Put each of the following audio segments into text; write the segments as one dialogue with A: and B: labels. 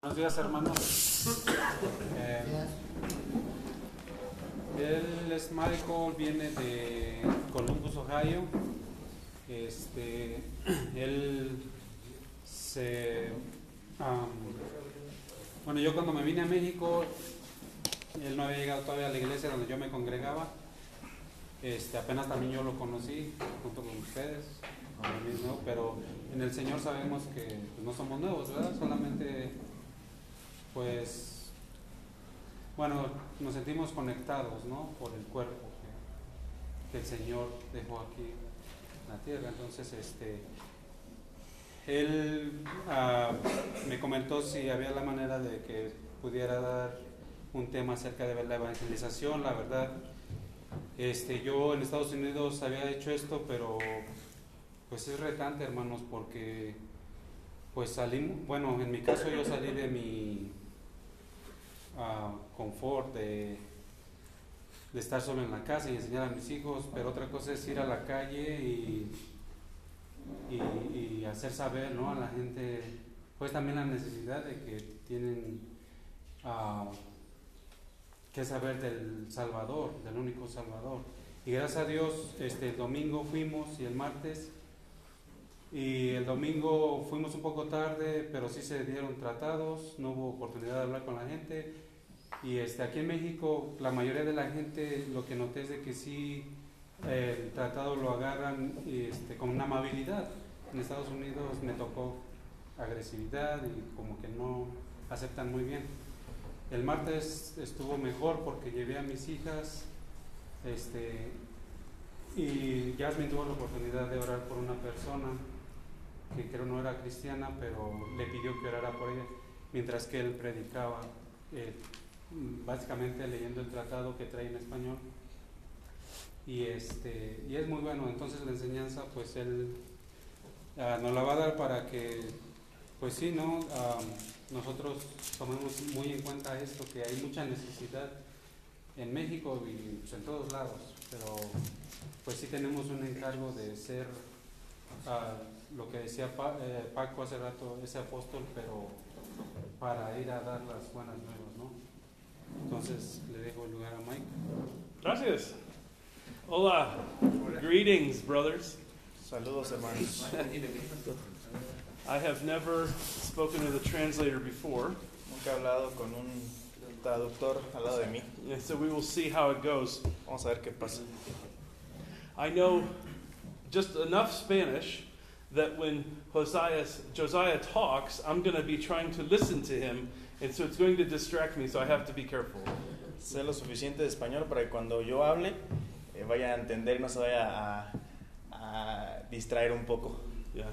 A: Buenos días, hermanos. Eh, él es Michael, viene de Columbus, Ohio. Este, él se. am, bueno, yo cuando me vine a México, él no había llegado todavía a la iglesia donde yo me congregaba. Este, apenas también yo lo conocí junto con ustedes, ahora mismo, pero en el Señor sabemos que pues, no somos nuevos, ¿verdad? Solamente pues, bueno, nos sentimos conectados, ¿no? Por el cuerpo que, que el Señor dejó aquí en la tierra. Entonces, este, él ah, me comentó si había la manera de que pudiera dar un tema acerca de la evangelización. La verdad, este, yo en Estados Unidos había hecho esto, pero pues es retante, hermanos, porque pues salimos, bueno, en mi caso yo salí de mi ah, confort de, de estar solo en la casa y enseñar a mis hijos, pero otra cosa es ir a la calle y, y- y hacer saber ¿no? a la gente, pues también la necesidad de que tienen ah, que saber del Salvador, del único Salvador. Y gracias a Dios, este, el domingo fuimos y el martes y el domingo fuimos un poco tarde, pero sí se dieron tratados, no hubo oportunidad de hablar con la gente. Y este, aquí en México, la mayoría de la gente lo que noté es de que sí eh, el tratado lo agarran este, con una amabilidad. En Estados Unidos me tocó agresividad y como que no aceptan muy bien. El martes estuvo mejor porque llevé a mis hijas este, y Jasmine tuvo la oportunidad de orar por una persona que creo no era cristiana, pero le pidió que orara por ella, mientras que él predicaba, eh, básicamente leyendo el tratado que trae en español. Y, este, y es muy bueno, entonces la enseñanza, pues él ah, nos la va a dar para que, pues sí, ¿no? Ah, nosotros tomemos muy en cuenta esto, que hay mucha necesidad en México y pues, en todos lados, pero pues sí tenemos un encargo de ser ah, lo que decía Pa- eh, Paco hace rato, ese apóstol, pero para ir a dar las buenas nuevas, ¿no? Entonces le dejo el lugar a Mike.
B: Gracias. Hola. Greetings, brothers.
C: Saludos hermanos.
B: I have never spoken to the translator before,
C: Nunca he hablado con un traductor al lado de mí.
B: and so we will see how it goes.
C: Vamos a ver qué pasa.
B: I know just enough Spanish that when Josiah, Josiah talks, I'm going to be trying to listen to him, and so it's going to distract me, so I have to be careful.
C: Sé lo suficiente de español para que cuando yo hable eh, vaya a entender y no se vaya a, a distraer un poco.
B: Yeah.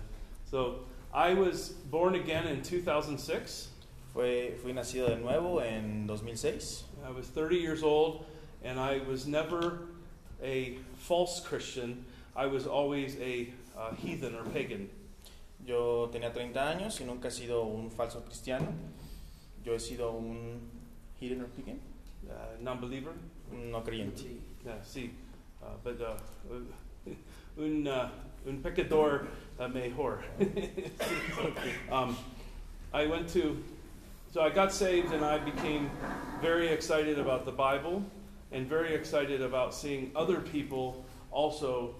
B: So I was born again in 2006.
C: Fue, fui nacido de nuevo en 2006.
B: I was 30 years old, and I was never a false Christian. I was always a uh, heathen or pagan.
C: Yo tenía 30 años y nunca he sido un falso cristiano. Yo he sido un hidden or pagan,
B: Uh, non believer?
C: un no creyente.
B: Yeah, see. Uh, but uh, un, uh, un pecador uh, mejor. um, I went to, so I got saved, and I became very excited about the Bible and very excited about seeing other people also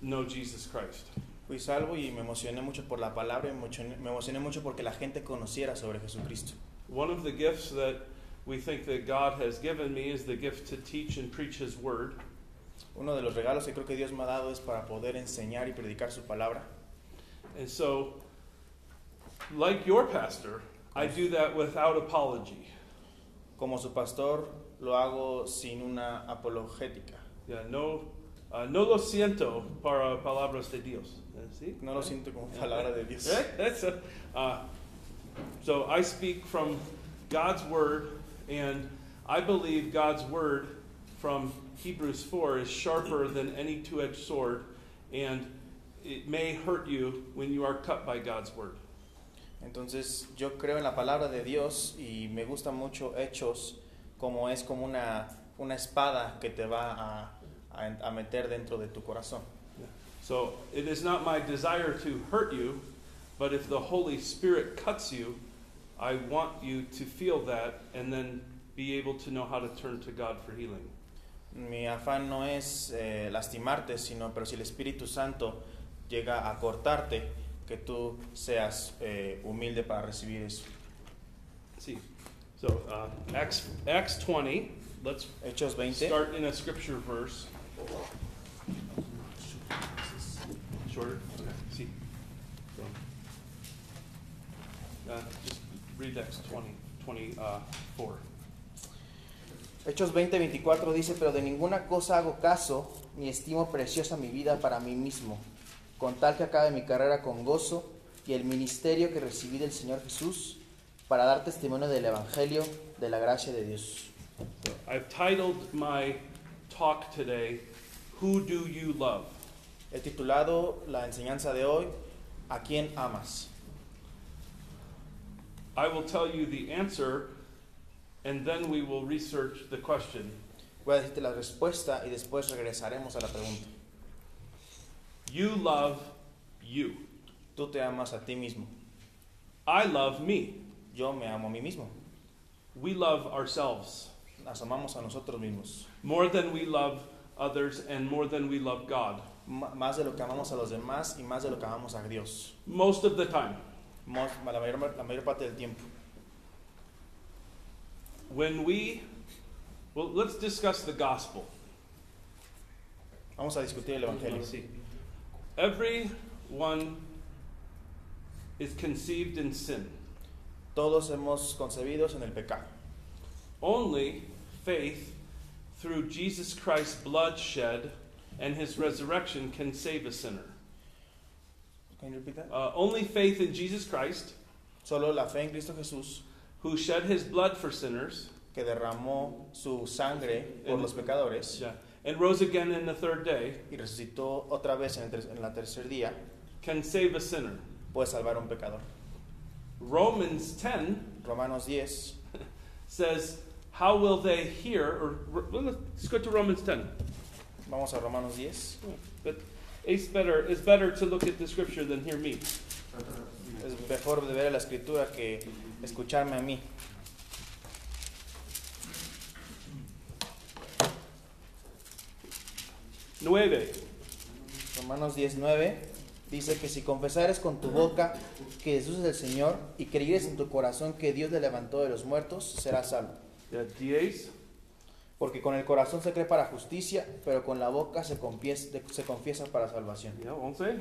B: know Jesus Christ.
C: Fui salvo y me emocioné mucho por la palabra y me emocioné- me emocioné mucho porque la gente conociera sobre Jesucristo.
B: One of the gifts that we think that God has given me is the gift to teach and preach His Word.
C: Uno de los regalos que creo que Dios me ha dado es para poder enseñar y predicar su palabra.
B: And so, like your pastor, I do that without apology.
C: Como su pastor, lo hago sin una apologética.
B: Yeah, no, uh, no lo siento para palabras de Dios. Eh, ¿sí?
C: No lo siento como palabra de Dios.
B: Right? That's a, uh, so I speak from God's Word, and I believe God's Word from Hebrews 4 is sharper than any two edged sword, and it may hurt you when you are cut by God's Word.
C: Entonces, yo creo en la palabra de Dios y me gusta mucho Hechos, como es como una, una espada que te va a, a en- a meter dentro de tu corazón.
B: So it is not my desire to hurt you, but if the Holy Spirit cuts you, I want you to feel that and then be able to know how to turn to God for healing.
C: Mi afán no es eh, lastimarte, sino, pero si el Espíritu Santo llega a cortarte, que tú seas eh, humilde para recibir eso.
B: See, so uh, Acts, Acts 20, let's
C: Hechos 20,
B: start in a scripture verse. Shorter? Okay, see. So, uh, just read Acts uh, 20, 24.
D: Hechos 20, 24 dice, pero de ninguna cosa hago caso, ni estimo preciosa mi vida para mí mismo, con tal que acabe mi carrera con gozo y el ministerio que recibí del Señor Jesús para dar testimonio del Evangelio, de la gracia de Dios.
B: So I've titled my talk today, Who Do You Love?
C: he titulado la enseñanza de hoy, ¿a quién amas?
B: I will tell you the answer, and then we will research the question.
C: Voy a decirte la respuesta y después regresaremos a la pregunta.
B: You love you.
C: Tú te amas a ti mismo,
B: I love me.
C: yo me amo a mí mismo,
B: We love ourselves
C: nos amamos a nosotros mismos,
B: more than we love others and more than we love God.
C: M- más de lo que amamos a los demás y más de lo que amamos a Dios,
B: Most of the time.
C: Mo- la mayor, la mayor parte del tiempo.
B: When we, well, let's discuss the gospel.
C: Vamos a discutir el Evangelio.
B: Everyone is conceived in sin.
C: Todos hemos concebidos en el pecado.
B: Only faith through Jesus Christ's blood shed and his resurrection can save a sinner.
C: Can you repeat that?
B: Uh, only faith in Jesus Christ,
C: Solo la fe en Cristo Jesús,
B: who shed his blood for sinners
C: que derramó su sangre por los pecadores
B: yeah, and rose again in the third day,
C: y resucitó otra vez en el, ter- en la tercer día,
B: can save a sinner.
C: puede salvar a un pecador.
B: Romans 10
C: Romanos 10,
B: says, How will they hear? Or well, let's go to Romans 10.
C: vamos a Romanos 10.
B: But it's better, it's better to look at the scripture than hear me.
C: Es mejor de ver a la escritura que escucharme a mí.
B: Nueve.
C: Romanos 19 dice que si confesares con tu boca que Jesús es el Señor y creyeres en tu corazón que Dios le levantó de los muertos, serás salvo.
B: Yeah, diez.
C: Porque con el corazón se cree para justicia, pero con la boca se confiesa, se confiesa para salvación.
B: Yeah, once. Uh,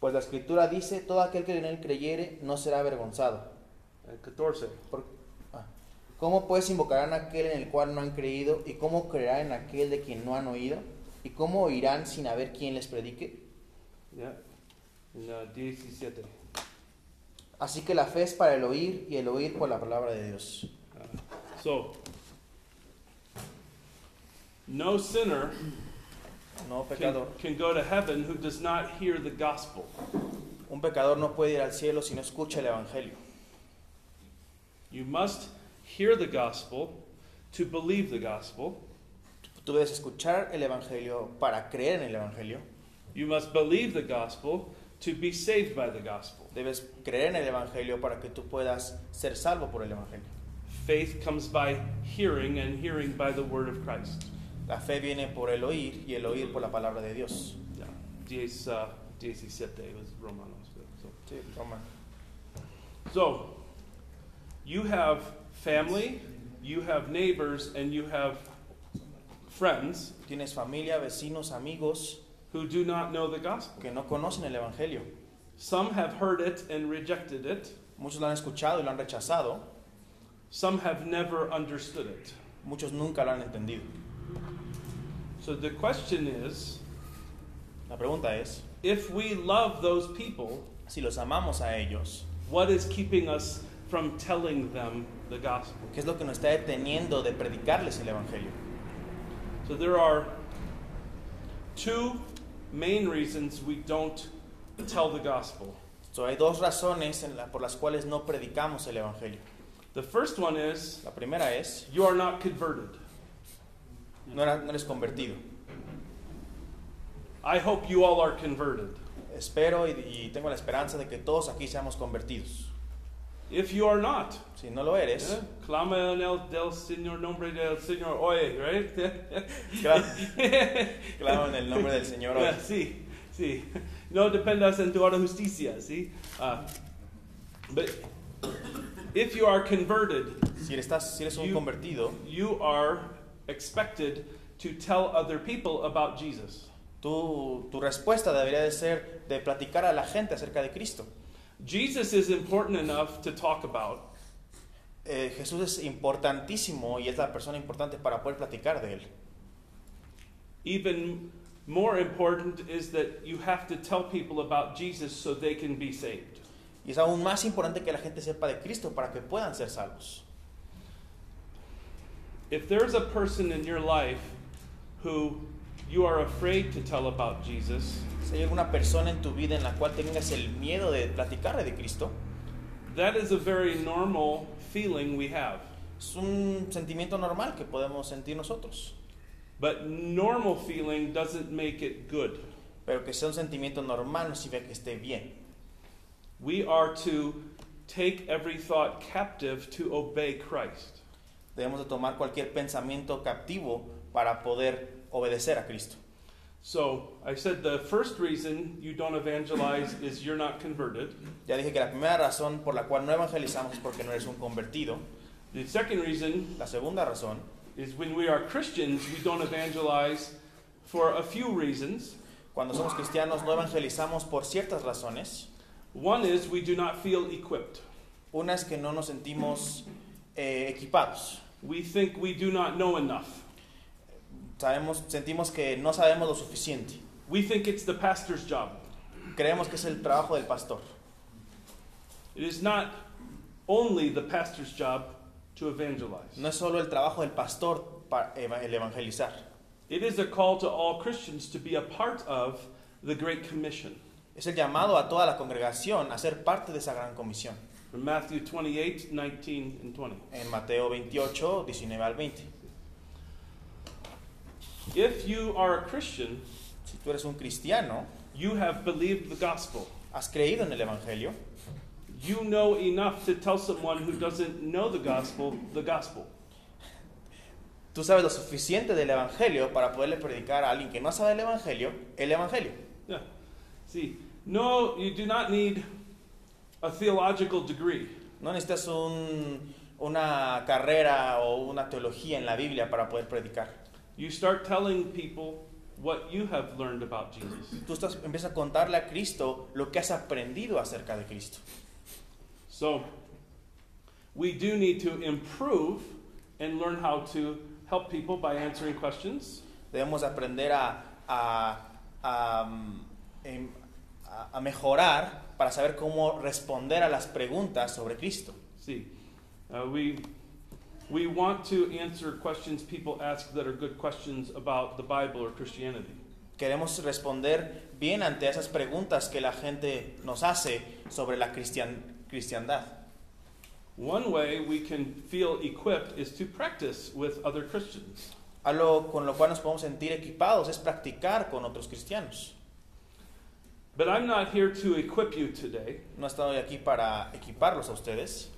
C: Pues la escritura dice, todo aquel que en él creyere no será avergonzado.
B: And catorce.
C: Por- ah. ¿Cómo pues invocarán a aquel en el cual no han creído? ¿Y cómo creerán en aquel de quien no han oído? ¿Y cómo oirán sin haber quien les predique?
B: Yeah. And uh, diecisiete.
C: Así que la fe es para el oír y el oír por la palabra de Dios.
B: Uh, so, no sinner
C: No
B: can,
C: pecador.
B: can go to heaven who does not hear the gospel.
C: Un pecador no puede ir al cielo si no escucha el Evangelio.
B: You must hear the gospel to believe the gospel.
C: Tú debes escuchar el Evangelio para creer en el Evangelio.
B: You must believe the gospel to be saved by the gospel.
C: Debes creer en el Evangelio para que tú puedas ser salvo por el Evangelio.
B: Faith comes by hearing, and hearing by the word of Christ.
C: La fe viene por el oír y el oír por la palabra de Dios.
B: Yeah. Diez, uh, diecisiete was Romanos. So.
C: Sí, Roma.
B: so, you have family, you have neighbors, and you have friends
C: Tienes familia, vecinos, amigos
B: who do not know the gospel.
C: que no conocen el Evangelio.
B: Some have heard it and rejected it,
C: Muchos lo han escuchado y lo han rechazado.
B: some have never understood it.
C: Muchos nunca lo han entendido.
B: So, the question is
C: La pregunta es,
B: if we love those people,
C: si los amamos a ellos,
B: What is keeping us from telling them the gospel?
C: ¿qué es lo que nos está deteniendo de predicarles el Evangelio?
B: So there are two main reasons we don't tell the gospel.
C: So, hay dos razones en la- por las cuales no predicamos el Evangelio.
B: The first one is
C: La primera es,
B: you are not converted.
C: no, era- no eres convertido.
B: I hope you all are converted.
C: Espero y, y tengo la esperanza de que todos aquí seamos convertidos.
B: If you are not,
C: Si no lo eres,
B: yeah, clama en el del Señor nombre del Señor hoy, right?
C: Claro. claro, en el nombre del Señor hoy.
B: Ah, sí, sí. No dependas en tu hora justicia, sí. Ah, but if you are converted,
C: Si estás, si eres un
B: You-
C: convertido,
B: you are expected to tell other people about Jesus.
C: tu, tu respuesta debería de ser de platicar a la gente acerca de Cristo.
B: Jesus is important enough to talk about,
C: Eh, Jesús es importantísimo y es la persona importante para poder platicar de él.
B: Even more important is that you have to tell people about Jesus so they can be saved.
C: Y es aún más importante que la gente sepa de Cristo para que puedan ser salvos.
B: If there's a person in your life who you are afraid to tell about Jesus,
C: Si hay alguna persona en tu vida en la cual tengas el miedo de platicarle de Cristo,
B: that is a very normal feeling we have.
C: es un sentimiento normal que podemos sentir nosotros,
B: But normal feeling doesn't make it good.
C: pero que sea un sentimiento normal no significa que esté bien.
B: We are to take every thought captive to obey Christ.
C: Debemos de tomar cualquier pensamiento captivo para poder obedecer a Cristo.
B: So, I said the first reason you don't evangelize is you're not converted.
C: Ya dije que la primera razón por la cual no evangelizamos es porque no eres un convertido.
B: The second reason
C: La segunda razón
B: is when we are Christians, we don't evangelize for a few reasons.
C: Cuando somos cristianos no evangelizamos por ciertas razones.
B: One is we do not feel equipped.
C: Una es que no nos sentimos eh, equipados.
B: We think we do not know enough.
C: Sabemos, sentimos que no sabemos lo suficiente.
B: We think it's the pastor's job.
C: Creemos que es el trabajo del pastor.
B: It is not only the pastor's job to evangelize.
C: No es solo el trabajo del pastor para eva- el evangelizar.
B: It is a call to all Christians to be a part of the Great Commission.
C: Es el llamado a toda la congregación a ser parte de esa gran comisión.
B: From Matthew 28, 19, and 20.
C: En Mateo 28, 19 al 20.
B: If you are a Christian,
C: Si tú eres un cristiano,
B: you have believed the gospel.
C: has creído en el evangelio,
B: You know enough to tell someone who doesn't know the gospel the gospel.
C: tú sabes lo suficiente del evangelio para poderle predicar a alguien que no sabe el evangelio, el evangelio.
B: Yeah. See, no, you do not need a theological degree.
C: No necesitas un- una carrera o una teología en la Biblia para poder predicar.
B: You start telling people what you have learned about Jesus.
C: Tú estás, empiezas a contarle a Cristo lo que has aprendido acerca de Cristo.
B: So, we do need to improve and learn how to help people by answering questions.
C: Debemos aprender a, a- a, mm, em, a- a mejorar para saber cómo responder a las preguntas sobre Cristo.
B: See, uh, we we want to answer questions people ask that are good questions about the Bible or Christianity.
C: Queremos responder bien ante esas preguntas que la gente nos hace sobre la cristian- cristiandad.
B: One way we can feel equipped is to practice with other Christians.
C: Algo con lo cual nos podemos sentir equipados es practicar con otros cristianos.
B: But I'm not here to equip you today.
C: No estoy aquí para equiparlos a ustedes.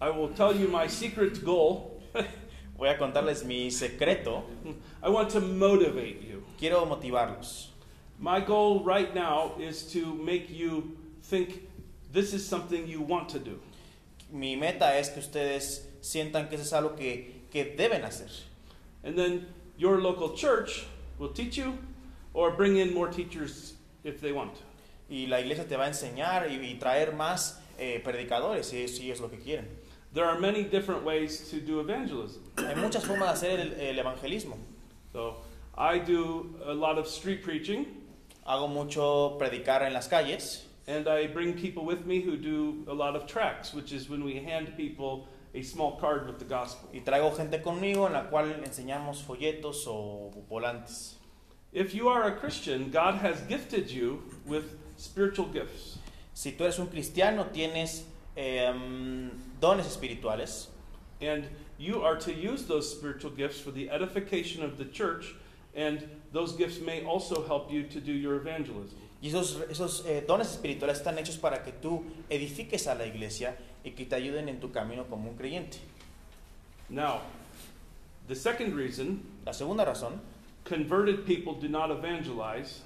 B: I will tell you my secret goal.
C: Voy a contarles mi secreto.
B: I want to motivate you.
C: Quiero motivarlos.
B: My goal right now is to make you think this is something you want to do.
C: Mi meta es que ustedes sientan que eso es algo que, que deben hacer.
B: And then your local church will teach you or bring in more teachers if they want.
C: Y la iglesia te va a enseñar y, y traer más eh, predicadores, si, si es lo que quieren.
B: There are many different ways to do evangelism.
C: Hay muchas formas de hacer el, el evangelismo.
B: So I do a lot of street preaching,
C: Hago mucho predicar en las calles
B: and I bring people with me who do a lot of tracts, which is when we hand people a small card with the gospel.
C: y traigo gente conmigo en la cual enseñamos folletos o volantes.
B: If you are a Christian, God has gifted you with spiritual gifts.
C: Si tú eres un cristiano, tienes em, dones espirituales
B: And you are to use those spiritual gifts for the edification of the church, and those gifts may also help you to do your evangelism.
C: Y esos, esos eh, dones espirituales están hechos para que tú edifiques a la iglesia y que te ayuden en tu camino como un creyente.
B: Now, the second reason
C: La segunda razón,
B: converted people do not evangelize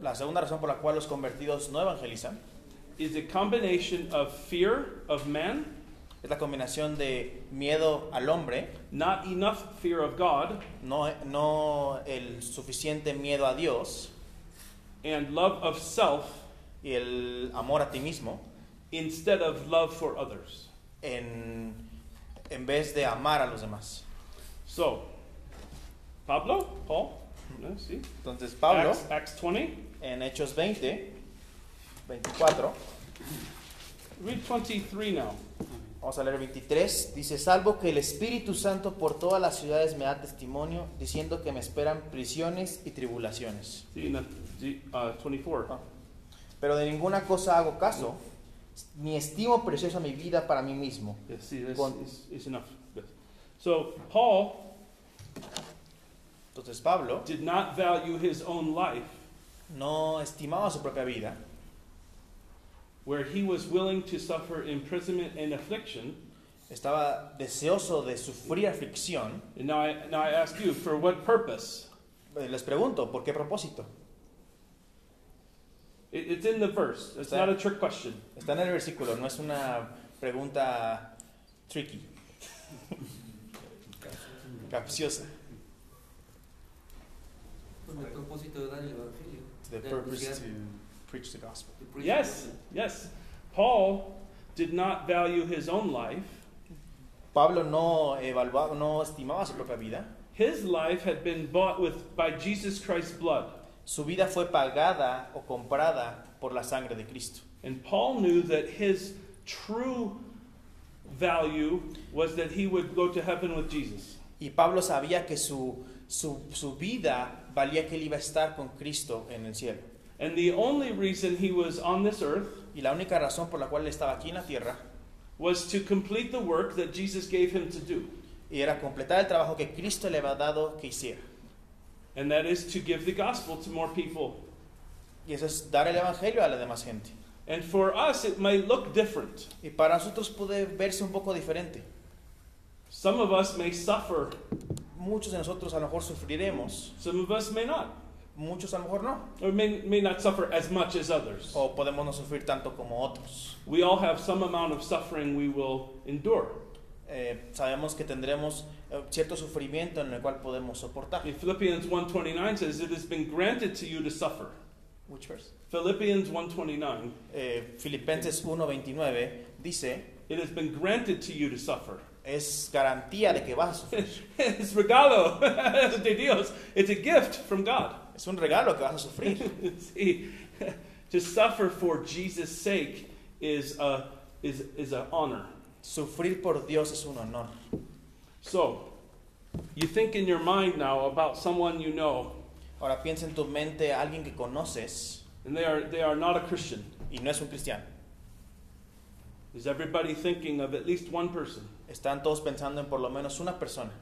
C: la segunda razón por la cual los convertidos no evangelizan,
B: is a combination of fear of man,
C: es la combinación de miedo al hombre,
B: not enough fear of God,
C: no, no el suficiente miedo a Dios
B: and love of self
C: y el amor a ti mismo,
B: instead of love for others.
C: en, en vez de amar a los demás.
B: So, Pablo, Paul, no, see?
C: Entonces Pablo,
B: Acts, Acts 20,
C: en Hechos 20, 24,
B: read 23 now.
C: Vamos a leer 23. Dice, salvo que el Espíritu Santo por todas las ciudades me da testimonio, diciendo que me esperan prisiones y tribulaciones.
B: See, in the- the, uh, 24.
C: Pero de ninguna cosa hago caso, ni estimo preciosa mi vida para mí mismo.
B: Yes, see, this
C: Con-
B: is, is enough. Yes. So, Paul
C: Entonces Pablo
B: did not value his own life
C: no estimaba su propia vida,
B: where he was willing to suffer imprisonment and affliction.
C: estaba deseoso de sufrir aflicción.
B: And now I, now I ask you, for what purpose?
C: Eh, Les pregunto, ¿por qué propósito?
B: It, it's in the verse. It's not a trick question.
C: Está en el versículo, no es una pregunta tricky.
E: Pues,
C: Capciosa.
F: Con el propósito de dar el evangelio.
C: The purpose to preach the gospel.
F: to preach
B: Yes,
F: the gospel.
B: yes. Paul did not value his own life.
C: Pablo no evaluaba, no estimaba su propia vida.
B: His life had been bought with by Jesus Christ's blood.
C: Su vida fue pagada o comprada por la sangre de Cristo.
B: And Paul knew that his true value was that he would go to heaven with Jesus.
C: Y Pablo sabía que su, su, su vida valía que él iba a estar con Cristo en el cielo.
B: And the only reason he was on this earth
C: Y la única razón por la cual él estaba aquí en la tierra
B: was to complete the work that Jesus gave him to do,
C: era completar el trabajo que Cristo le había dado que hiciera.
B: and that is to give the gospel to more people.
C: Y eso es dar el evangelio a la demás gente.
B: And for us, it may look different.
C: Y para nosotros puede verse un poco diferente.
B: Some of us may suffer,
C: Muchos de nosotros a lo mejor sufriremos,
B: some of us may not,
C: muchos a lo mejor no.
B: or may, may not suffer as much as others.
C: O podemos no sufrir tanto como otros.
B: We all have some amount of suffering we will endure.
C: eh, sabemos que tendremos eh, cierto sufrimiento en el cual podemos soportar.
B: In Philippians 1:29 says, "It has been granted to you to suffer."
C: Which verse?
B: Philippians 1:29,
C: Eh, Filipenses 1:29 dice,
B: "It has been granted to you to suffer."
C: es garantía de que vas a sufrir.
B: it's regalo de Dios. It's a gift from God.
C: Es un regalo que vas a sufrir.
B: See, to suffer for Jesus' sake is a is is an honor.
C: Sufrir por Dios es un honor.
B: So, you think in your mind now about someone you know,
C: Ahora piensa en tu mente a alguien que conoces
B: and they are they are not a Christian.
C: y no es un cristiano.
B: Is everybody thinking of at least one person?
C: Están todos pensando en por lo menos una persona.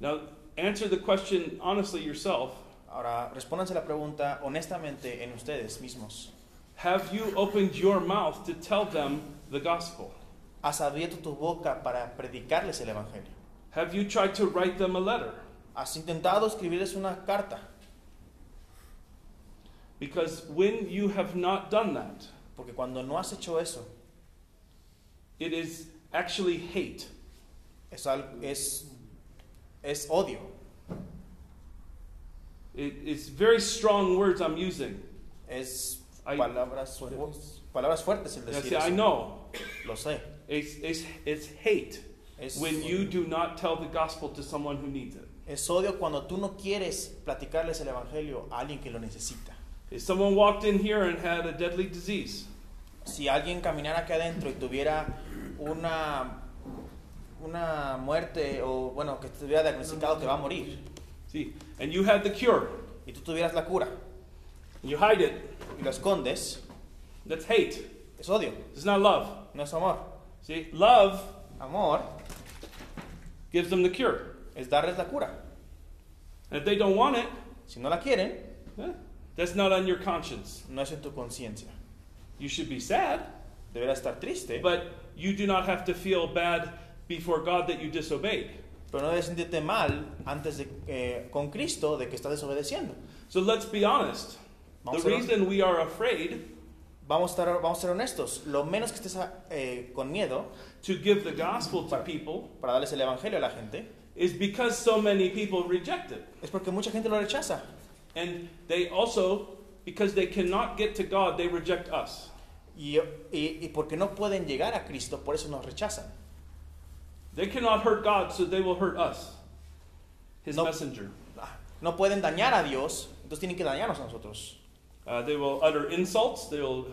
B: Now, answer the question honestly yourself.
C: Ahora, respóndanse la pregunta honestamente en ustedes mismos.
B: Have you opened your mouth to tell them the gospel?
C: ¿Has abierto tu boca para predicarles el Evangelio?
B: Have you tried to write them a letter?
C: ¿Has intentado escribirles una carta?
B: Because when you have not done that,
C: Porque cuando no has hecho eso,
B: it is actually hate.
C: es, al- es, es odio.
B: It, it's very strong words I'm using.
C: Es
B: I,
C: palabras, fu- palabras fuertes el
B: I
C: decir
B: say, I
C: eso.
B: know.
C: Lo sé.
B: It's, it's, it's hate
C: Es,
B: when you do not tell the gospel to someone who needs it.
C: es odio cuando tú no quieres platicarles el Evangelio a alguien que lo necesita.
B: If someone walked in here and had a deadly disease,
C: Si alguien caminara aquí adentro y tuviera una, una muerte o, bueno, que estuviera diagnosticado que va a morir
B: see, and you had the cure,
C: y tú tuvieras la cura
B: and you hide it,
C: y lo escondes,
B: that's hate.
C: es odio,
B: It's not love.
C: no es amor.
B: See, love
C: Amor
B: gives them the cure.
C: es darles la cura.
B: And if they don't want it,
C: Si no la quieren,
B: eh, that's not on your conscience.
C: no es en tu conciencia.
B: You should be sad,
C: Deberá estar triste,
B: but you do not have to feel bad before God that you disobeyed.
C: pero no debes sentirte mal antes de, eh, con Cristo de que estás desobedeciendo.
B: So let's be honest. The
C: Vamos a, ser,
B: reason we are afraid
C: vamos, a estar, vamos a ser honestos. Lo menos que estés eh, con miedo
B: to give the gospel to people
C: para darles el Evangelio a la gente
B: is because so many people reject it.
C: es porque mucha gente lo rechaza.
B: And they also, because they cannot get to God, they reject us.
C: Y, y- y porque no pueden llegar a Cristo, por eso nos rechazan.
B: They cannot hurt God, so they will hurt us, His
C: No.
B: messenger.
C: Ah, No pueden dañar a Dios, entonces tienen que dañarnos a nosotros.
B: Uh, they will utter insults, they will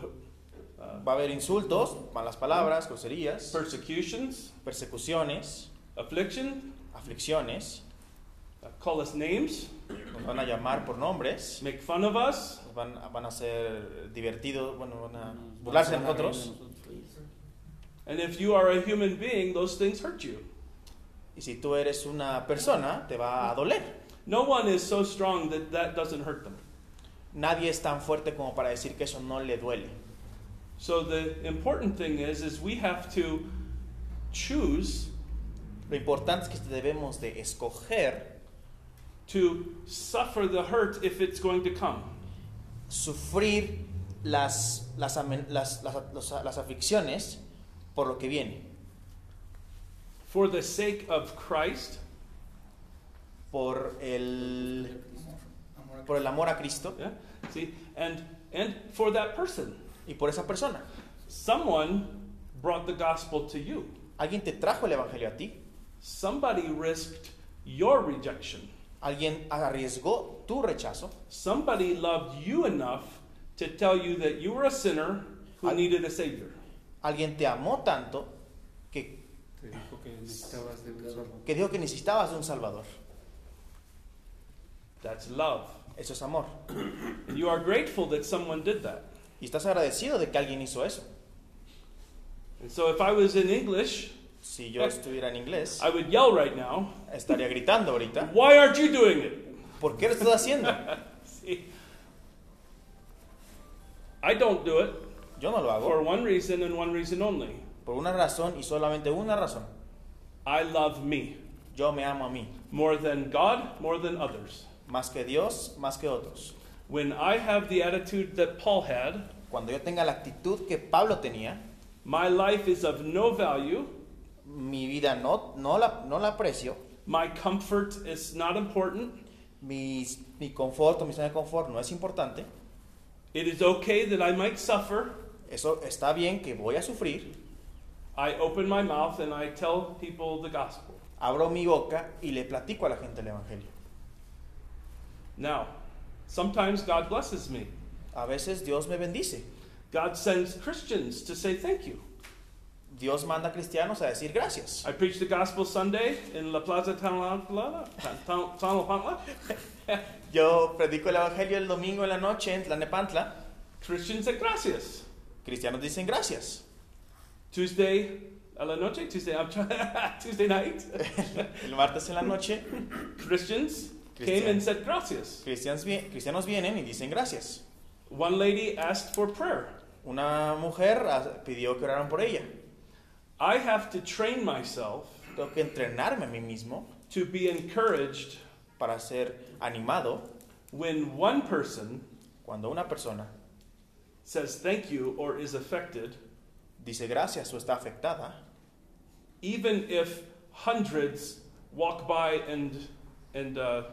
B: uh,
C: Va a haber insultos, malas palabras, groserías,
B: persecutions,
C: persecuciones,
B: affliction,
C: aflicciones,
B: uh, call us names,
C: nos van a llamar por nombres,
B: make fun of us,
C: nos van, van a ser divertidos, bueno, van a burlarse de nosotros.
B: and if you are a human being, those things hurt you.
C: Y si tú eres una persona, te va a doler.
B: No one is so strong that that doesn't hurt them.
C: Nadie es tan fuerte como para decir que eso no le duele.
B: So the important thing is, is we have to choose
C: Lo importante es que debemos de escoger
B: to suffer the hurt if it's going to come.
C: sufrir las, las, amen- las, las, los- las aflicciones por lo que viene.
B: For the sake of Christ,
C: por el, por el amor a Cristo
B: yeah, see, and and for that person.
C: y por esa persona.
B: Someone brought the gospel to you.
C: Alguien te trajo el Evangelio a ti,
B: Somebody risked your rejection.
C: alguien arriesgó tu rechazo,
B: Somebody loved you enough to tell you that you were a sinner who
C: I-
B: needed a savior.
C: alguien te amó tanto que,
A: Te dijo que necesitabas de un salvador.
C: que dijo que necesitabas de un Salvador.
B: That's love.
C: Eso es amor.
B: And you are grateful that someone did that.
C: Y estás agradecido de que alguien hizo eso.
B: And so if I was in English,
C: Si yo estuviera en inglés,
B: I would yell right now,
C: estaría gritando ahorita.
B: "Why aren't you doing it?"
C: ¿Por qué lo estás haciendo?
B: See? I don't do it
C: Yo no lo
B: for
C: hago.
B: one reason and one reason only.
C: Por una razón y solamente una razón.
B: I love me
C: Yo me amo a mí.
B: more than God, more than others.
C: Más que Dios, más que otros.
B: When I have the attitude that Paul had,
C: Cuando yo tenga la actitud que Pablo tenía,
B: my life is of no value,
C: mi vida no, no, la, no la aprecio,
B: my comfort is not important,
C: mis, mi confort o mi zona de confort no es importante,
B: it is okay that I might suffer,
C: eso está bien que voy a sufrir,
B: I open my mouth and I tell people the gospel.
C: abro mi boca y le platico a la gente el Evangelio.
B: Now, sometimes God blesses me.
C: A veces Dios me bendice,
B: God sends Christians to say thank you.
C: Dios manda a cristianos a decir gracias.
B: I preached the gospel Sunday in La Plaza Tonalapantla. Ton- Tonalapantla.
C: Yo predico el Evangelio el domingo en la noche en Tlanepantla,
B: Christians said gracias.
C: cristianos dicen gracias.
B: Tuesday, a la noche, Tuesday, I'm trying, Tuesday night,
C: El martes en la noche,
B: Christians came and said gracias.
C: cristianos, vi- cristianos vienen y dicen gracias.
B: One lady asked for prayer.
C: Una mujer ah, pidió que oraran por ella.
B: I have to train myself
C: Tengo que entrenarme a mí mismo
B: to be encouraged
C: para ser animado
B: when one person
C: cuando una persona
B: says thank you or is affected,
C: dice gracias o está afectada,
B: even if hundreds walk by and, and uh,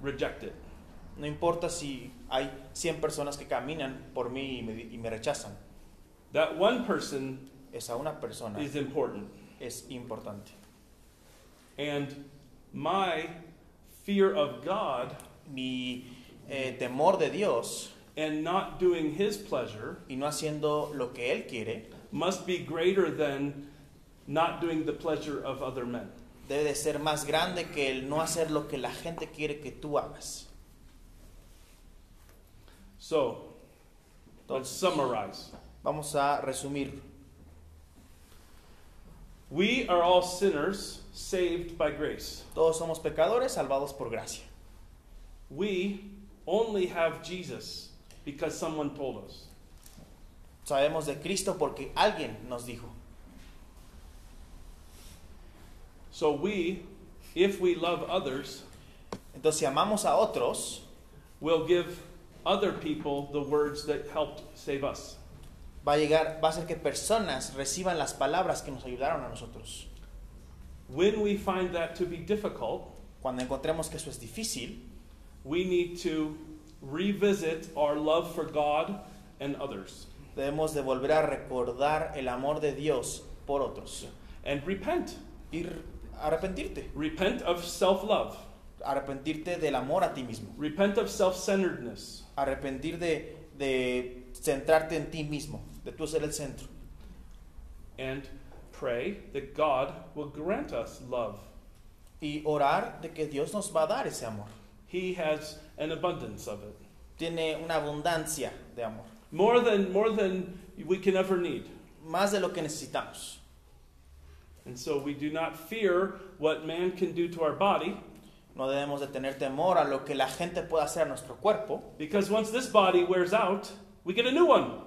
B: reject it.
C: no importa si hay 100 personas que caminan por mí y me, di- y me rechazan,
B: That one person
C: esa una persona
B: is important.
C: es importante.
B: And my fear of God
C: Mi eh, temor de Dios
B: and not doing his pleasure
C: y no haciendo lo que Él quiere
B: must be greater than not doing the pleasure of other men.
C: debe de ser más grande que el no hacer lo que la gente quiere que tú hagas.
B: So, let's summarize.
C: Vamos a resumir.
B: We are all sinners saved by grace.
C: Todos somos pecadores salvados por gracia.
B: We only have Jesus because someone told us.
C: Sabemos de Cristo porque alguien nos dijo.
B: So we, if we love others,
C: Entonces, si amamos a otros,
B: will give other people the words that helped save us.
C: va a llegar, va a ser que personas reciban las palabras que nos ayudaron a nosotros.
B: When we find that to be difficult,
C: Cuando encontremos que eso es difícil,
B: we need to revisit our love for God and others
C: debemos de volver a recordar el amor de Dios por otros
B: and repent.
C: y r- arrepentirte,
B: Repent of self love,
C: arrepentirte del amor a ti mismo,
B: repent of self centeredness,
C: arrepentir de, de centrarte en ti mismo, de tú ser el centro
B: and pray that God will grant us love.
C: y orar de que Dios nos va a dar ese amor.
B: He has an abundance of it.
C: Tiene una abundancia de amor,
B: More than, more than we can ever need.
C: más de lo que necesitamos.
B: And so we do not fear what man can do to our body,
C: No debemos de tener temor a lo que la gente pueda hacer a nuestro cuerpo,
B: because once this body wears out, we get a new one.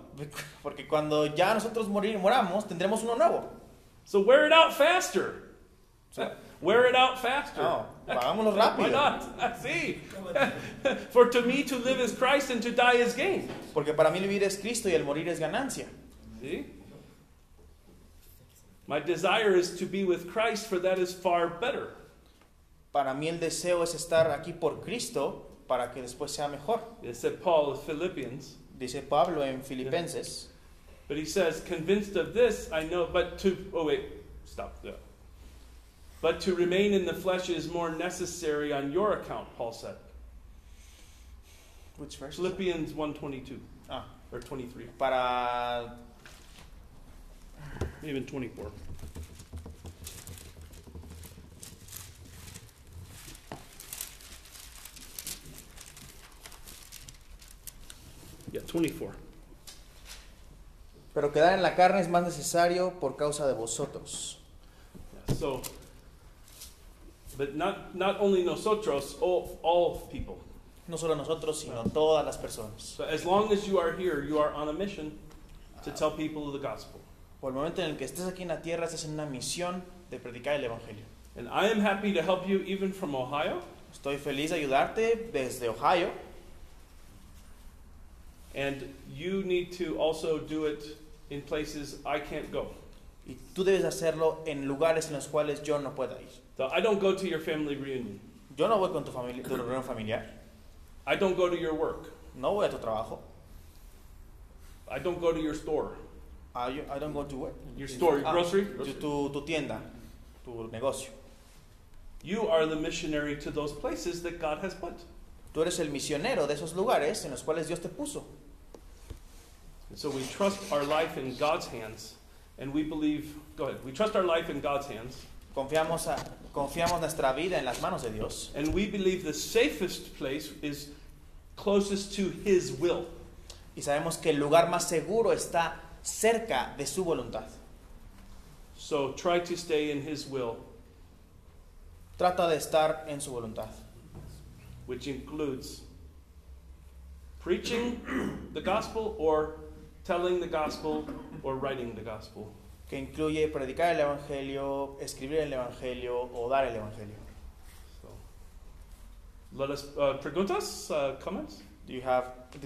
C: porque cuando ya nosotros morir, moramos, tendremos uno nuevo.
B: So wear it out faster.
C: So-
B: wear it out faster.
C: No, hagámoslo
B: Why
C: rápido.
B: not? See? For to me to live is Christ and to die is gain.
C: Porque para mí el vivir es Cristo y el morir es ganancia.
B: See? My desire is to be with Christ, for that is far better.
C: Para mí el deseo es estar aquí por Cristo para que después sea mejor.
B: It said Paul of Philippians.
C: Dice Pablo en Filipenses.
B: But he says, convinced of this, I know, but to, oh wait, stop there. But to remain in the flesh is more necessary on your account, Paul said.
C: Which verse?
B: Philippians 1.22,
C: Ah,
B: or 23,
C: para
B: maybe 24. Yeah, 24.
C: Pero quedar en la carne es más necesario por causa de vosotros.
B: Yeah, so, but not, not only nosotros, all, all people.
C: No solo nosotros, sino todas las personas.
B: So as long as you are here, you are on a mission to tell people the gospel.
C: Por el momento en el que estés aquí en la tierra, estás en una misión de predicar el Evangelio.
B: And I am happy to help you even from Ohio.
C: Estoy feliz de ayudarte desde Ohio
B: And you need to also do it in places I can't go.
C: y tú debes hacerlo en lugares en los cuales yo no pueda ir.
B: So I don't go to your family reunion.
C: Yo no voy con tu, familia, tu reunión familiar,
B: I don't go to your work.
C: no voy a tu trabajo.
B: I don't go to your store.
C: I, I don't go to work.
B: Your store, your
C: Ah,
B: grocery.
C: tu, tu, tu tienda, tu negocio.
B: You are the missionary to those places that God has put.
C: Tú eres el misionero de esos lugares en los cuales Dios te puso.
B: And so we trust our life in God's hands. And we believe, go ahead, we trust our life in God's hands.
C: Confiamos, a- confiamos nuestra vida en las manos de Dios.
B: And we believe the safest place is closest to His will.
C: Y sabemos que el lugar más seguro está cerca de su voluntad.
B: So try to stay in His will,
C: Trata de estar en su voluntad,
B: which includes preaching the gospel or telling the gospel or writing the gospel.
C: que incluye predicar el Evangelio, escribir el Evangelio o dar el Evangelio.
B: So let us, uh, preguntas, uh, comments?
C: Do you have...
B: he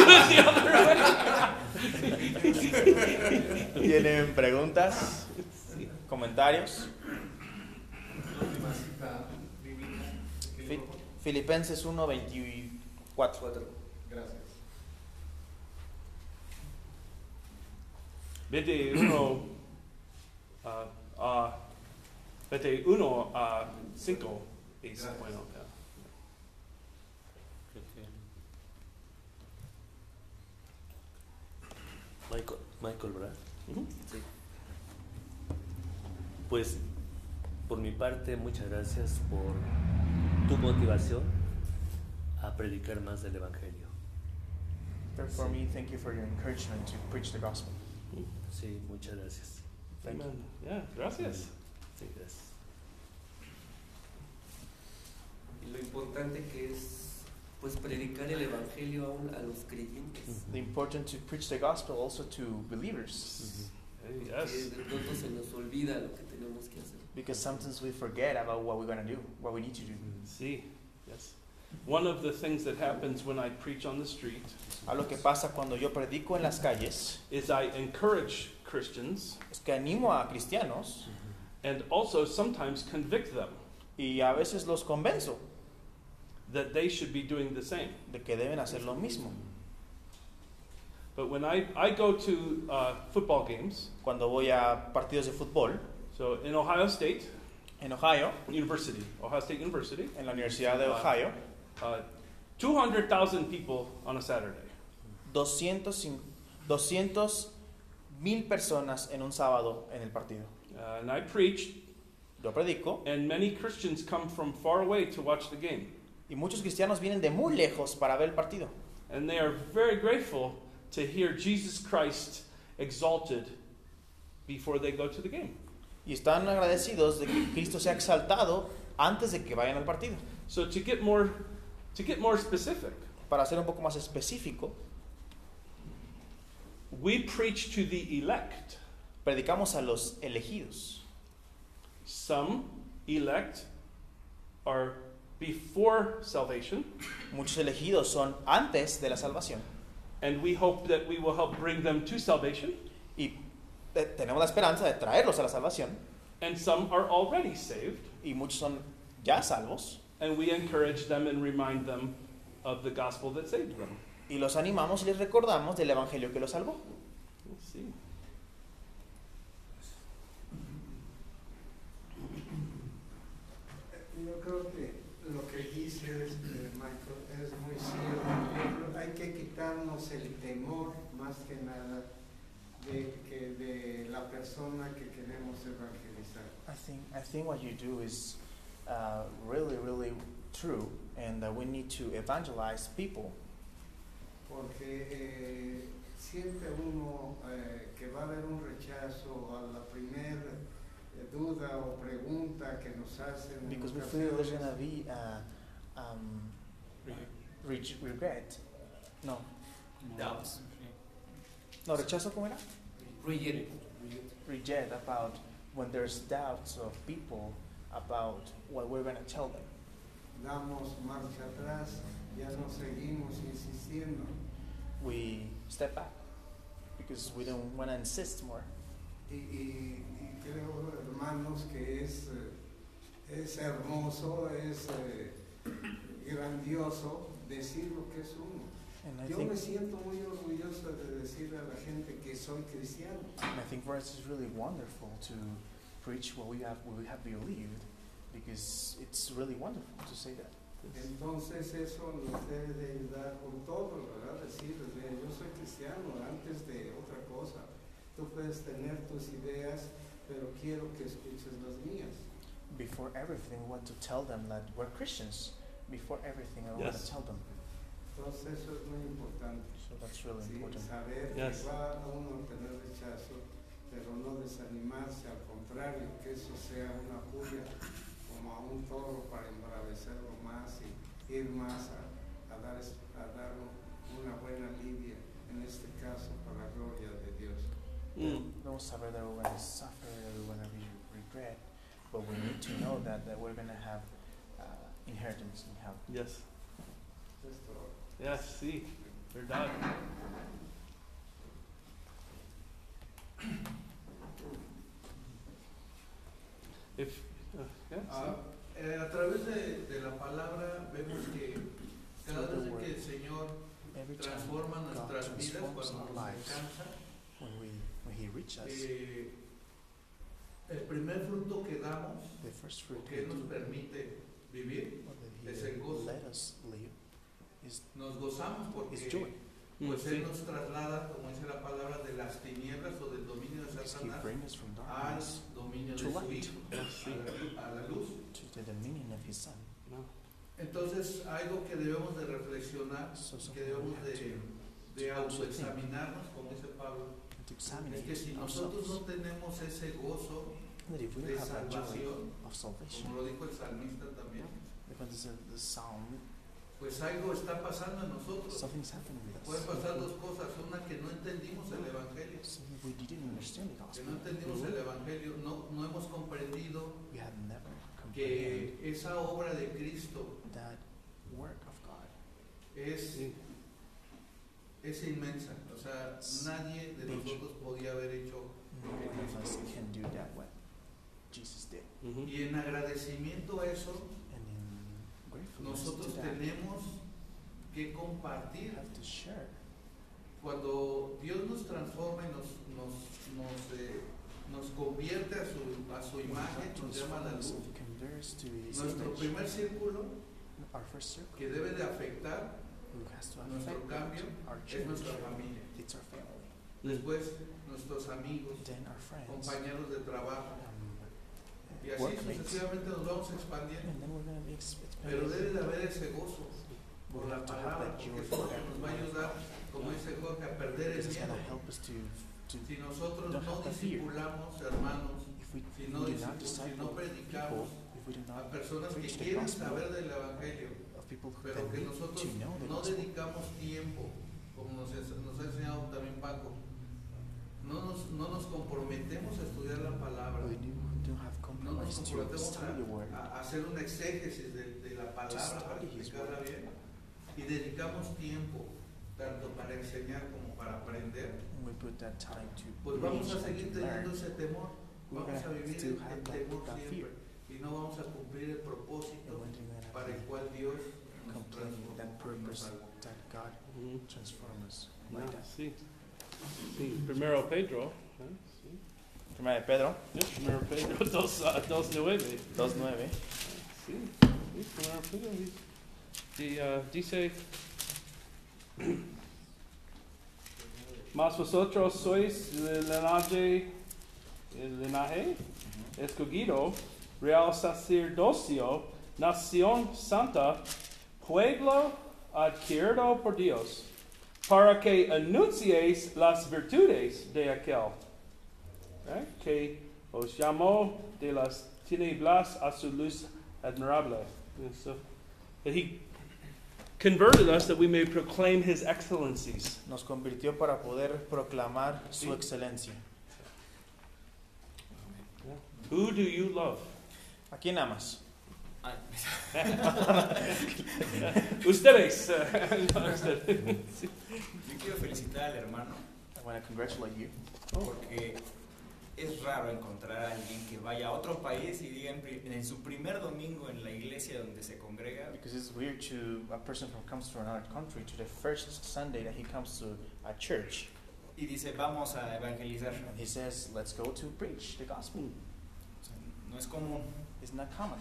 B: went the other way.
C: ¿Tienen preguntas? ¿Comentarios?
F: Última cita bíblica.
C: Fi- Filipenses 1.24.
F: Gracias.
B: Vete uno, uh, uh, vete uno, uh, cinco es bueno. yeah.
G: Creo que- Michael, Michael, ¿verdad?
B: Ujú.
G: Sí. Pues, por mi parte, muchas gracias por tu motivación a predicar más del Evangelio.
C: For me, thank you for your encouragement to preach the gospel.
G: Sí, muchas gracias.
C: Thank you.
B: Amen. Yeah, gracias.
G: Sí, gracias.
F: Y lo importante que es
E: pues predicar el evangelio aún a los creyentes.
C: The important to preach the gospel also to believers
A: Mm-hmm.
B: Hey,
E: Que
B: Yes.
E: de pronto se nos olvida lo que tenemos que hacer.
C: because sometimes we forget about what we're going to do, what we need to do.
B: See, yes. One of the things that happens when I preach on the street
C: Algo que pasa cuando yo predico en las calles
B: is I encourage Christians
C: es que animo a cristianos
B: and also sometimes convict them
C: y a veces los convenzo
B: that they should be doing the same.
C: de que deben hacer lo mismo.
B: But when I, I go to uh, football games,
C: Cuando voy a partidos de fútbol
B: so in Ohio State
C: en Ohio,
B: University, Ohio State University,
C: en la Universidad de Ohio,
B: uh, 200,000 people on a Saturday.
C: 200 mil personas en un sábado en el partido.
B: Uh, and I preach,
C: Yo predico
B: and many Christians come from far away to watch the game.
C: y muchos cristianos vienen de muy lejos para ver el partido.
B: And they are very grateful to hear Jesus Christ exalted before they go to the game.
C: y están agradecidos de que Cristo sea exaltado antes de que vayan al partido.
B: So to get more, to get more specific,
C: Para ser un poco más específico,
B: we preach to the elect.
C: predicamos a los elegidos.
B: Some elect are before salvation,
C: Muchos elegidos son antes de la salvación
B: and we hope that we will help bring them to salvation.
C: y te- tenemos la esperanza de traerlos a la salvación
B: And some are already saved,
C: y muchos son ya salvos
B: and we encourage them and remind them of the gospel that saved them.
C: y los animamos y les recordamos del evangelio que los salvó.
B: Let's see.
A: Yo creo que lo que dice este, Michael es muy cierto. Yo creo Hay que quitarnos el temor, más que nada, de, que, de la persona que queremos evangelizar.
C: I think I think what you do is uh, really really true and that we need to evangelize people
A: Porque eh, siente uno eh, que va a haber un rechazo a la primera duda o pregunta que nos hacen. en
C: because we feel there's
A: ocasiones.
C: gonna be uh, um, Reg- regret. No.
E: Doubts.
C: No, rechazo, ¿cómo era?
E: Reject.
C: Reject about when there's doubts of people about what we're going to tell them.
A: Damos marcha atrás, ya no seguimos insistiendo.
C: We step back because we don't want to insist more.
A: Y, y- y creo, hermanos, que es, eh, es hermoso, es eh, grandioso decir lo que es uno.
C: And I
A: Yo
C: think,
A: me siento muy orgulloso de decir a la gente que soy cristiano.
C: and I think for us it's really wonderful to preach what we have, what we have believed because it's really wonderful to say that.
A: Entonces eso nos debe de ayudar con todo, ¿verdad? Decir, de, yo soy cristiano antes de otra cosa. Tú puedes tener tus ideas, pero quiero que escuches las mías.
C: Before everything, we want to tell them that we're Christians. Before everything, I want
B: Yes.
C: to tell them.
A: Entonces eso es muy importante.
C: So that's really
A: Sí,
C: important.
A: saber
B: Yes.
A: que va a uno a tener rechazo, pero no desanimarse, al contrario, que eso sea una furia como a un toro para embravecerlo más y ir más a, a dar, es- a dar un- una buena lidia, en este caso para la gloria de Dios.
B: Mm.
C: Don't suffer that we're going to suffer, that we're going to be regret, but we need to know that, that we're going to have uh, inheritance in heaven.
B: Yes.
A: Esto,
B: Yes, see, they're done. If, uh, yeah,
H: Ah, eh, a través de, de la palabra vemos que cada
C: Through the
H: vez que
C: word.
H: el Señor
C: Every time
H: transforma
C: God
H: nuestras vidas
C: transforms
H: cuando
C: our
H: nos
C: lives,
H: alcanza,
C: when, we, when He reaches us,
H: eh, el primer fruto que damos,
C: the first fruit
H: o
C: we
H: que nos
C: do,
H: permite vivir,
C: or that
H: es
C: He
H: el gozo.
C: let us live, is,
H: nos gozamos
C: is joy.
H: porque
B: see. Mm,
H: pues Él
B: see.
H: nos traslada, como dice la palabra, de las tinieblas o del dominio de
C: Because He
H: Satanás
C: brings us from
H: al
C: darkness
H: dominio de su
C: to light,
H: Hijo,
B: Yes, see.
H: a la- a la luz.
C: to the dominion of His Son.
B: No.
H: Entonces, algo que debemos de reflexionar,
C: So
H: Ah, que
C: something we
H: debemos
C: have to,
H: de, de autoexaminarnos, como dice Pablo,
C: to examine
H: es que si nosotros
C: ourselves,
H: no tenemos ese gozo
C: that if we
H: de
C: don't have that joy
H: salvación,
C: of salvation,
H: como lo dijo el salmista también,
C: Because the, the psalm
A: pues algo está pasando en nosotros.
I: Something's happening with us.
A: Pueden pasar dos cosas. Una, que no entendimos el Evangelio.
I: Something we didn't understand the
A: Que
I: gospel.
A: no entendimos el Evangelio, no, no hemos comprendido
I: We have never comprehended
A: que esa obra de Cristo
I: that work of God.
A: es, es inmensa. O sea, nadie de nosotros podía haber hecho.
I: No one of us can do that what Jesus did.
B: Mhm.
A: Y en agradecimiento a eso,
I: And in gratefulness
A: nosotros
I: to that,
A: tenemos que
I: we
A: compartir.
I: have to share.
A: Cuando Dios nos transforma y nos, nos, nos, eh, nos convierte a su, a su
I: When God
A: imagen, nos llama a la
I: transforms
A: luz.
I: and converts to His
A: Nuestro
I: image,
A: primer círculo
I: our first circle,
A: que debe de afectar
I: who has to
A: nuestro
I: affect
A: cambio
I: our
A: es
I: church,
A: nuestra familia.
I: it's our family,
A: Después nuestros amigos,
I: then our friends,
A: compañeros de trabajo.
I: um,
A: Oh Y así
I: workmates,
A: sucesivamente nos vamos expandiendo.
I: and then we're going to be expanded.
A: Pero debe de haber ese gozo por
I: We'll
A: la
I: have to have
A: palabra,
I: that
A: porque
I: joy
A: eso es
I: for
A: lo que nos va a ayudar, como dice Jorge, a perder
I: This
A: el
I: is going
A: miedo.
I: to help us to, to
A: Si nosotros no discipulamos, hermanos,
I: if we,
A: si
I: we
A: no,
I: do
A: discipu-
I: not
A: si no
I: disciple
A: predicamos
I: people, if we do
A: a
I: not
A: personas que
I: preach the
A: quieren
I: gospel
A: saber del Evangelio,
I: of people who
A: pero
I: that
A: que
I: need
A: nosotros
I: to know the
A: no
I: gospel,
A: dedicamos tiempo, como nos, es- nos ha enseñado también Paco, no nos, no nos comprometemos a estudiar la palabra,
I: we do, do have
A: no nos
I: compromise to
A: comprometemos
I: study the word,
A: a, a hacer una exégesis de, de la
I: to
A: palabra para
I: study His
A: explicarla
I: word.
A: bien, y dedicamos tiempo tanto para enseñar como para aprender,
I: And we put that time to
A: pues vamos
I: preach
A: a
I: and
A: seguir
I: to
A: teniendo
I: learn.
A: ese temor,
I: We're
A: vamos a
I: going to
A: vivir
I: still
A: el
I: have
A: temor
I: that, that fear,
A: siempre y no vamos a cumplir el
I: and
A: propósito
I: when we're
A: para
I: going
A: el
I: to
A: cual Dios nos
I: complaining that
A: transformó. y nos
I: purpose
A: salvó.
I: that God
B: Mhm.
I: transforms us
B: Ah,
I: Mm-hmm. like that.
B: sí. Sí, primero Pedro. ¿eh? Sí.
C: Primera de Pedro
B: Sí, Primero Pedro 2, ah, 2.9.
C: 2.9.
B: Sí, sí, primero Pedro. Y, y, ah, dice, mas vosotros sois el linaje, el linaje escogido, real sacerdocio, nación santa, pueblo adquirido por Dios, para que anunciéis las virtudes de aquel ¿eh? que os llamó de las tinieblas a su luz admirable. Yeah, so, that he converted us that we may proclaim his excellencies.
C: Nos convirtió para poder proclamar
B: Sí.
C: su excelencia.
B: Who do you love?
C: ¿A quién amas?
B: Ustedes. eh, no, usted-
J: Yo quiero felicitar al hermano
C: I want to congratulate you.
J: porque es raro encontrar a alguien que vaya a otro país y diga en, pri- en su primer domingo en la iglesia donde se congrega,
C: Because it's weird to a person who comes from another country to the first Sunday that he comes to a church
J: y dice vamos a evangelizar.
C: and he says, "Let's go to preach the gospel."
J: O sea, no es común.
C: It's not common.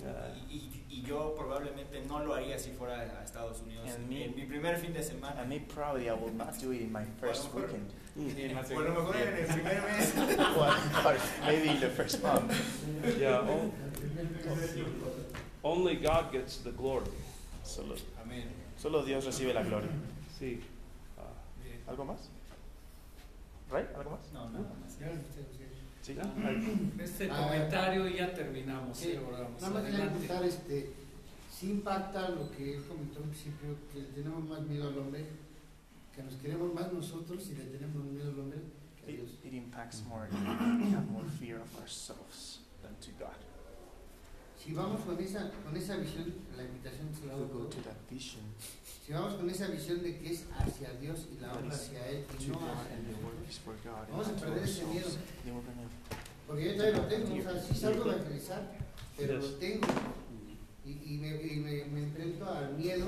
B: Yeah.
J: Y, y- y yo probablemente no lo haría si fuera a Estados Unidos
C: En
J: en,
C: mi-
J: mi primer fin de semana.
C: And me probably I will not do it in my first
J: Bueno, pero-
C: weekend,
J: Ni en la segunda. Bueno, mejor en el primer mes.
C: or, or maybe in the first month.
B: Yeah, o- only God gets the glory.
C: Solo,
J: Amén.
C: solo Dios recibe la gloria.
B: Sí. Ah,
C: ¿Algo más? Ray, ¿algo más?
J: No, nada más.
C: Sí.
B: ya, ahí.
E: Este
K: Ah,
E: comentario y ya terminamos.
K: sí.
E: oramos.
K: Nada más quería
E: Adelante.
K: preguntar, este, si impacta lo que él comentó al principio, que le tenemos más miedo al hombre, que nos queremos más nosotros y le tenemos miedo al hombre que a
C: It,
K: Dios.
C: it impacts more. We have more fear of ourselves than to God.
K: Si vamos con esa, con esa visión, la invitación se la
C: If we go
K: hago,
C: to that vision
K: si vamos con esa visión de que es hacia Dios y la obra hacia Él y
C: to
K: no
C: God
K: hacia
C: and
K: Dios.
C: the work is for God
K: Vamos a
C: and not to
K: perder ese miedo.
C: ourselves, then we're gonna
K: Porque yo todavía lo tengo, o sea, sí salgo a evangelizar, pero lo
B: Yes.
K: tengo. Y, y me, y me, me enfrento al miedo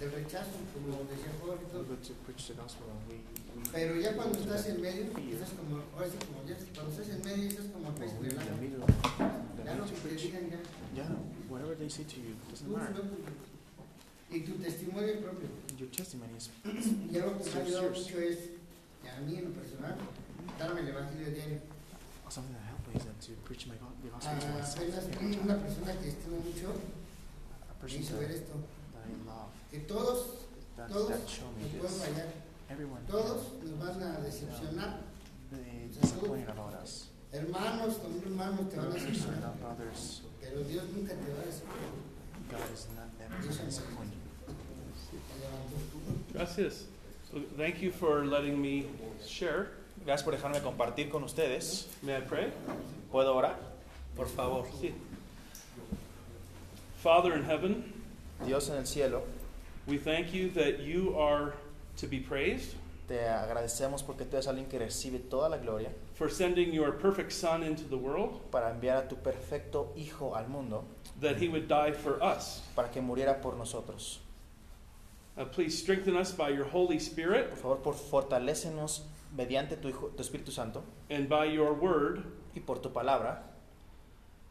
K: del rechazo, como decía Jorge. y todo.
C: we go to preach the gospel and we. we
K: Pero ya cuando
C: go to
K: estás
C: that
K: en medio,
C: fear,
K: estás como, ahora sí, como ya, cuando estás en medio, estás como
C: when
K: pez en
C: we're
K: el
C: in the
K: agua.
C: middle, of the
K: Ya
C: need
K: lo
C: to
K: que te
C: preach.
K: digan ya,
C: Yeah, whatever they say to you doesn't
K: tú
C: matter.
K: no Y tu testimonio propio.
C: Your testimony is
K: Y algo que me Pues ha ayudado
C: Sí, sí.
K: mucho es, a mí en lo personal, darme el evangelio diario.
C: something that helps me is that to preach my God, the gospel to
K: Ah,
C: myself.
K: Apenas
C: every
K: vi una
C: time.
K: persona que estimo mucho,
C: A
K: me
C: person
K: hizo ver
C: that,
K: esto,
C: that I love,
K: que todos,
C: that,
K: todos
C: that show
K: nos
C: me
K: pueden
C: this.
K: fallar,
C: Everyone,
K: todos nos van a decepcionar,
C: they disappointed about us.
K: hermanos, también hermanos te van a
C: Brothers are
K: decepcionar,
C: not brothers.
K: pero Dios nunca te va a decepcionar.
C: God is not never
K: Dios
C: gonna
K: es
C: disappoint you.
B: Gracias. Thank you for letting me share.
C: Gracias por dejarme compartir con ustedes.
B: May I pray?
C: ¿Puedo orar?
B: Por favor. Sí. Father in heaven,
C: Dios en el cielo,
B: we thank you that you are to be praised
C: te agradecemos porque tú eres alguien que recibe toda la gloria
B: for sending your perfect son into the world
C: para enviar a tu perfecto Hijo al mundo
B: that he would die for us.
C: para que muriera por nosotros.
B: Uh, please strengthen us by your Holy Spirit
C: Por favor, por fortalécenos mediante tu, Hijo- tu Espíritu Santo
B: and by your word
C: y por tu palabra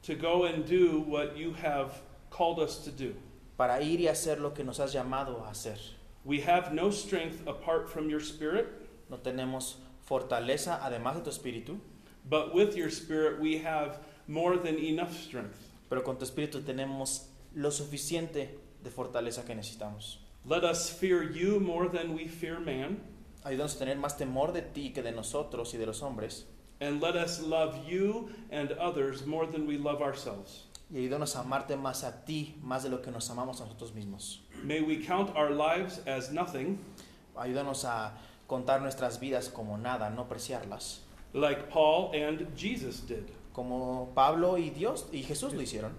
B: to go and do what you have called us to do.
C: para ir y hacer lo que nos has llamado a hacer.
B: We have no strength apart from your spirit,
C: No tenemos fortaleza además de tu Espíritu,
B: but with your spirit we have more than enough strength.
C: pero con tu Espíritu tenemos lo suficiente de fortaleza que necesitamos.
B: Let us fear you more than we fear man,
C: Ayúdanos a tener más temor de ti que de nosotros y de los hombres.
B: and let us love you and others more than we love ourselves.
C: Y ayúdanos a amarte más a ti, más de lo que nos amamos a nosotros mismos.
B: May we count our lives as nothing,
C: Ayúdanos a contar nuestras vidas como nada, no apreciarlas.
B: like Paul and Jesus did,
C: Como Pablo y Dios y Jesús lo hicieron,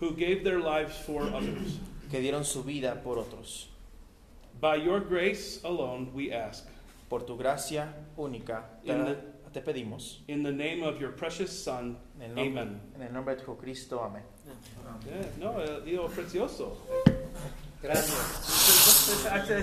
B: who gave their lives for others.
C: que dieron su vida por otros.
B: By your grace alone, we ask,
C: Por tu gracia única te,
B: Amén.
C: te pedimos.
B: in the name of your precious Son.
C: En el, nombre,
B: Amén.
C: en el nombre de Jesucristo, amén.
B: Yeah, no, eh, digo, precioso.
D: Gracias.